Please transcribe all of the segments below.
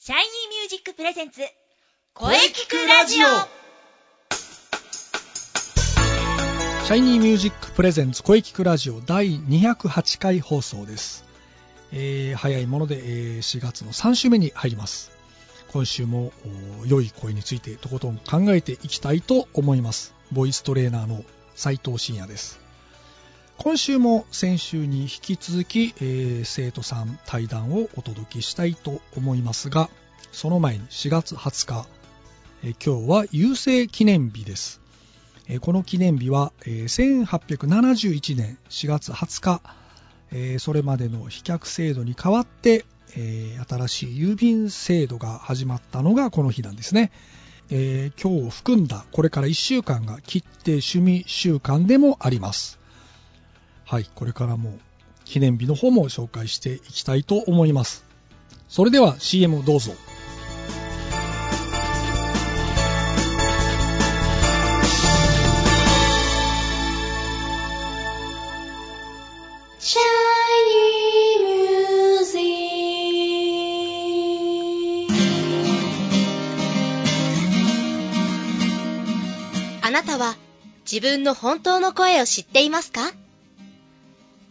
シャイニーミュージックプレゼンツ声聞くラジオシャイニーミュージックプレゼンツ声聞くラジオ第208回放送です、えー早いもので、えー4月の3週目に入ります今週もお良い声についてとことん考えていきたいと思いますボイストレーナーの斉藤真也です今週も先週に引き続き、えー生徒さん対談をお届けしたいと思いますがその前に4月20日、えー今日は郵政記念日ですえーこの記念日は、えー1871年4月20日、えーそれまでの飛脚制度に代わって、えー新しい郵便制度が始まったのがこの日なんですね、えー今日を含んだこれから1週間が切手趣味週間でもありますはいこれからも記念日の方も紹介していきたいと思いますそれでは CM をどうぞシャイニーミュージックあなたは自分の本当の声を知っていますか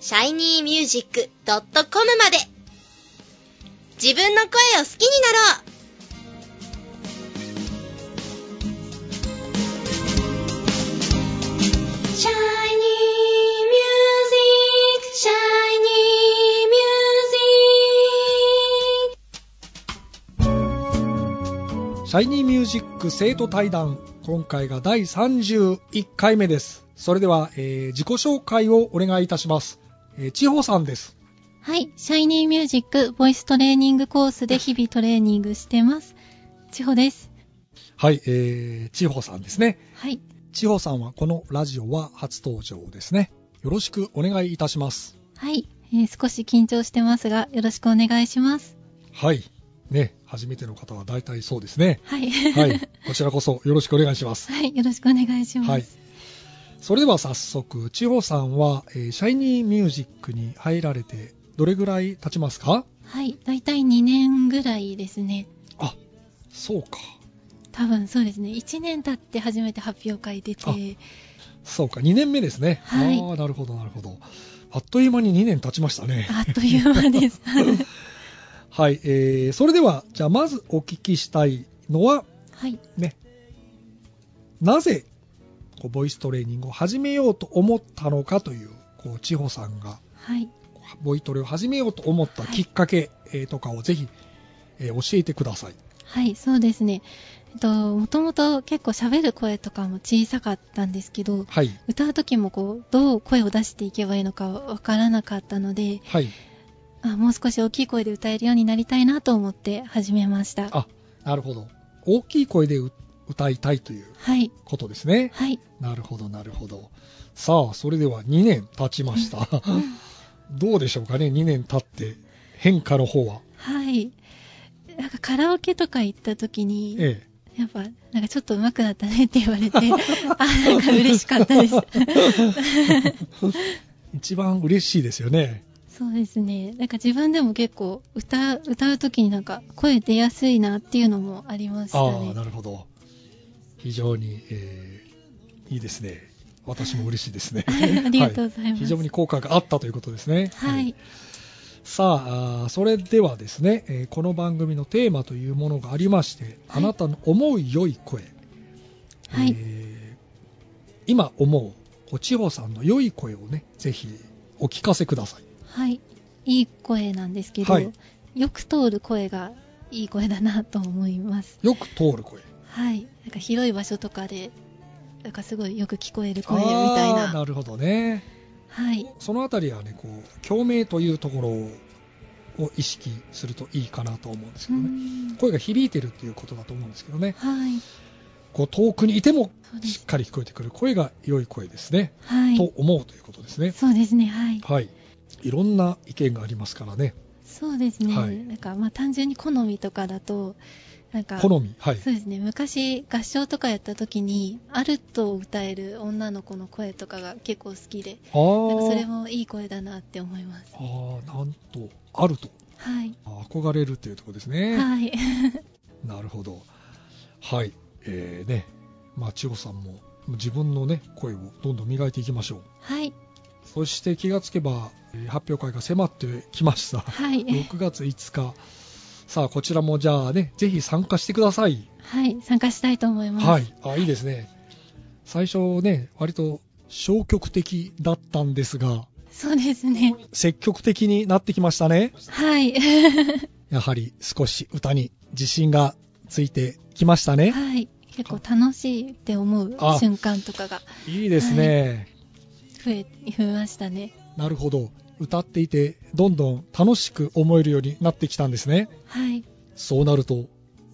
shinymusic.com まで自分の声を好きになろうシャイニーミュージック、シャイニーミュージック。シャイニーミュージック生徒対談今回が第31回目ですそれでは、えー自己紹介をお願いいたします、えー、千穂さんですはい。シャイニーミュージックボイストレーニングコー スで日々トレーニングしてます。千穂です。はい、えー、千穂さんですねはい。千穂さんはこのラジオは初登場ですねよろしくお願いいたしますはい、えー少し緊張してますが、よろしくお願いします。はいね初めての方は大体そうですねはい。は はいこちらこそよろしくお願いしますい。よろしくお願いします。はい。それでは早速千穂さんは、えーシャイニーミュージックに入られてどれぐらい経ちますかはい。だいたい2年ぐらいですね。あそうか多分そうですね。1年経って初めて発表会出て、あそうか、2年目ですね。はいああ、なるほど、なるほど。あっという間に2年経ちましたね。あっという間 です。 はい、えー、それでは、じゃあまずお聞きしたいのは、はい。ね、なぜ、こうボイストレーニングを始めようと思ったのかという、こう、千穂さんが、はい。ボイトレを始めようと思ったきっかけ、えーとかをぜひ、えー教えてください。はい、そうですね。えっと、もともと結構喋る声とかも小さかったんですけど、はい、歌う時もこうどう声を出していけばいいのかわからなかったのではい。あもう少し大きい声で歌えるようになりたいなと思って始めましたあ、なるほど。大きい声でう歌いたいというはいことですね。はいなるほど、なるほど。さあ、それでは2年経ちま した。どうでしょうかね、2年経って、変化の方は。はいなんかカラオケとか行った時にえやっぱなんかちょっと上手くなったねって言われ てあなんか嬉しかったです え、一番嬉しいですよね。そうですねなんか自分でも結構歌う歌う時になんか声出やすいなっていうのもありましたああ、ねなるほど。非常に、えーいいですね。私も嬉しいですね。 ありがとうございますは非常に効果があったということですね。はいさああー、それではですね、えーこの番組のテーマというものがありまして、はいあなたの思う良い声、はいえー今思うこう千穂さんの良い声をね、ぜひお聞かせください。はい、いい声なんですけど、はいよく通る声がいい声だなと思います。よく通る声。はい、なんか広い場所とかで、なんかすごいよく聞こえる声みたいあーな。なるほどね。はい、そのあたりはね、こう、共鳴というところをを意識するといいかなと思うんですけうどね。ん声が響いてるっていうことだと思うんですけどね。はい。こう遠くにいてもそうでしすっ。かり聞こえてくる声が良い声ですね。はい。と思うということですね。そうですね。はい。はい。いろんな意見がありますからね。そうですね。はいなんかまあ単純に好みとかだとなんか。好み。はい。そうですね昔合唱とかやった時にアルトを歌える女の子の声とかが結構好きであなんかそれーもいい声だなって思いますあー、なんと、あると。はい、あ憧れるというところですね。はい、なるほど。はい。えー、ね。まあ、千代さんも自分のね、声をどんどん磨いていきましょう。はいそして気がつけば、えー発表会が迫ってきました。はい6月5日。さあ、こちらもじゃあね、ぜひ参加してください。はい参加したいと思いますはい。あ、いいですね。最初ね、割と消極的だったんですが、そうですね積極的になってきましたね。はいやはり少し歌に自信がついてきましたね。はい結構楽しいって思うあ瞬間とかがいいですね。増え増えましたねなるほど。歌っていて、どんどん楽しく思えるようになってきたんですね。はいそうなると、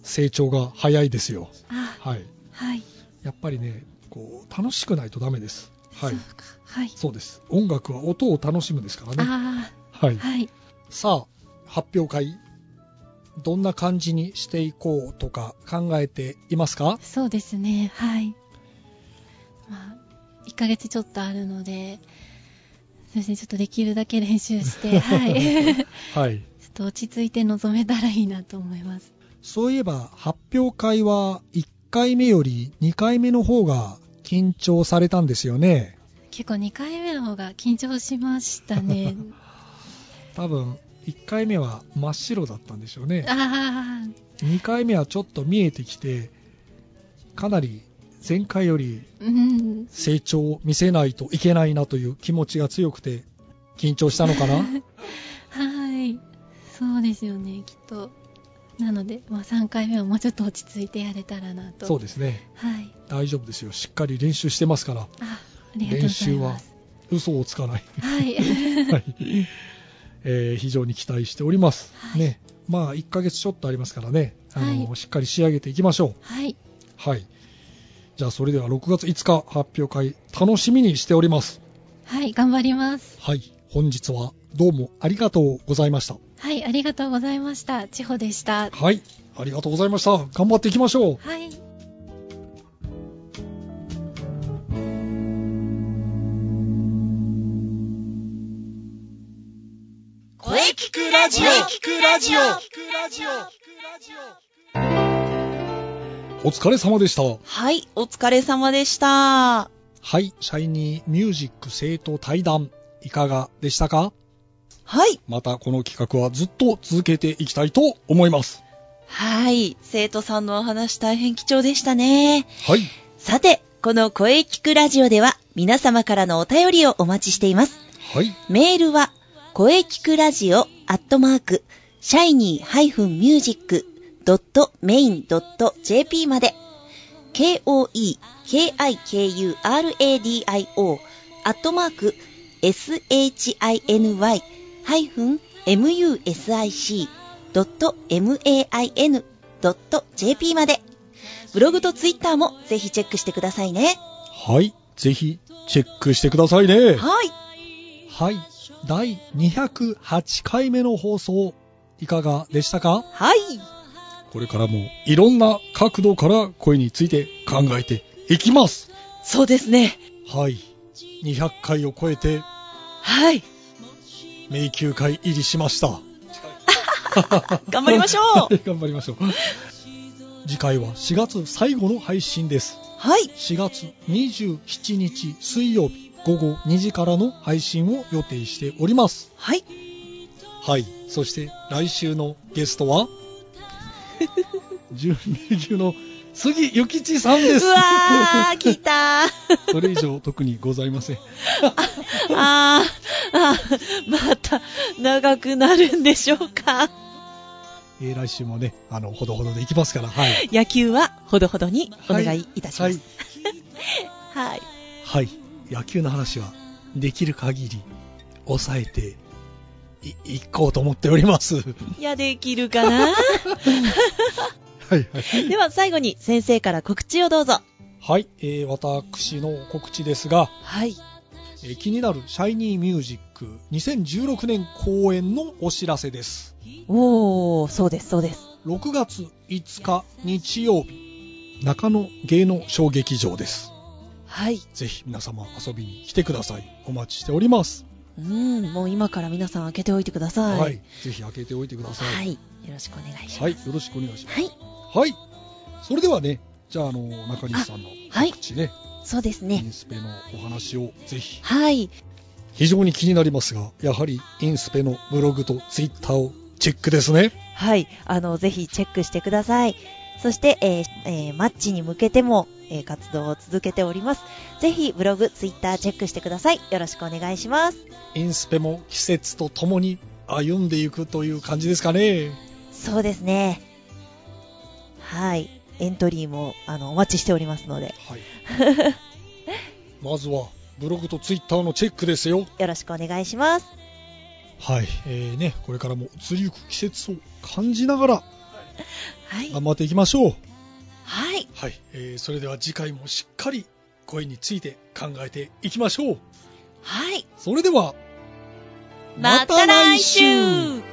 成長が早いですよ。あはい。はいやっぱりね、こう、楽しくないとダメです。はいそう。かはいそうです。音楽は音を楽しむですからね。あはあい。はいさあ、発表会、どんな感じにしていこうとか考えていますかそうですね、はい。まあ、1ヶ月ちょっとあるので、そうですね、ちょっとできるだけ練習し て、はい。ちょはい。っと落ち着いて臨めたらいいなと思います。そういえば、発表会は1回目より2回目の方が緊張されたんですよね。結構2回目の方が緊張しまし たね。多分、1回目は真っ白だったんでしょうね。ああ、 2回目はちょっと見えてきて、かなり前回よりうん。成長を見せないといけないなという気持ちが強くて、緊張したのかなはい。そうですよね、きっと。なので、まあ、3回目はもうちょっと落ち着いてやれたらなと。そうですね。はい。大丈夫ですよしっかり練習してますからあ、ありがとうございます。嘘をつか ない、はい。はいえー非常に期待しております、はいねまあ1ヶ月ちょっとありますからねあの、はいしっかり仕上げていきましょうはい。はいじゃあそれでは6月5日発表会楽しみにしておりますはい、頑張ります。はい本日はどうもありがとうございましたはい、ありがとうございました。千穂でした。はいありがとうございました頑張っていきましょうはい。声聞くラジオ聞くラジオお疲れ様でしたはい、お疲れ様でした。はいシャイニーミュージック生徒対談いかがでしたかはい。またこの企画はずっと続けていきたいと思います。はい、生徒さんのお話大変貴重でしたね。はい。さて、この声聞くラジオでは皆様からのお便りをお待ちしています。はい。メールは、声聞くラジオアットマーク、シャイニー -music.main.jp まで、k-o-e-k-i-k-u-r-a-d-i-o アットマーク、shiny-music.main.jp まで、ブログとツイッターもぜひチェックしてくださいね。はい。ぜひ、チェックしてくださいね。はい。はい。第208回目の放送、いかがでしたかはい。これからも、いろんな角度から声について考えていきます。そうですね。はい。200回を超えて、はい。迷宮会入りしました。頑張りましょう。 頑張りましょう。次回は4月最後の配信です。はい。 4月27日水曜日午後2時からの配信を予定しておりますはい。はいそして来週のゲス トは準レギュの杉ゆきちさんですうわー、来 たー。 それ以上特にございませんあー、あー、また、長くなるんでしょうか。えー来週もねあのほどほどでいきますからはい野球は、ほどほどにお願いいたしまはいす。はい。はい野球の話はできる限り抑えてい行こうと思っております。はいや、できるかないはい。では最後に先生から告知をどうぞ。はい、えー私の告知ですが、はい。えー気になるシャイニーミュージック2016年公演のお知らせです。おー、そうです、そうです。 6月5日日曜日、中野芸能小劇場です。はい。ぜひ皆様遊びに来てください。お待ちしております。うん、もう今から皆さん開けておいてください。はい。ぜひ開けておいてくださ。はいい。よろしくお願いします。はい。よろしくお願いしまはい。す。はい。それではね、じゃあ、あの、中西さんのはい告知ね、そうですイね。ンスペのお話をぜひ。はい。非常に気になりますが、やはりインスペのブログとツイッターをチェックですね。はい。あの、ぜひチェックしてください。そして、えーえーマッチに向けても、えー活動を続けております。ぜひ、ブログ、ツイッターチェックしてください。よろしくお願いします。インスペも季節とともに歩んでいくという感じですかね。そうですね。はい。エントリーも、あの、お待ちしておりますので、 はい。まずは、ブログとツイッターのチェックですよ。よろしくお願いします。はい。えー、ね、これからも移りゆく季節を感じながらはい。頑張っていきましょう。はい。はい、えーそれでは次回もしっかり声について考えていきましょうはい。それではまた来週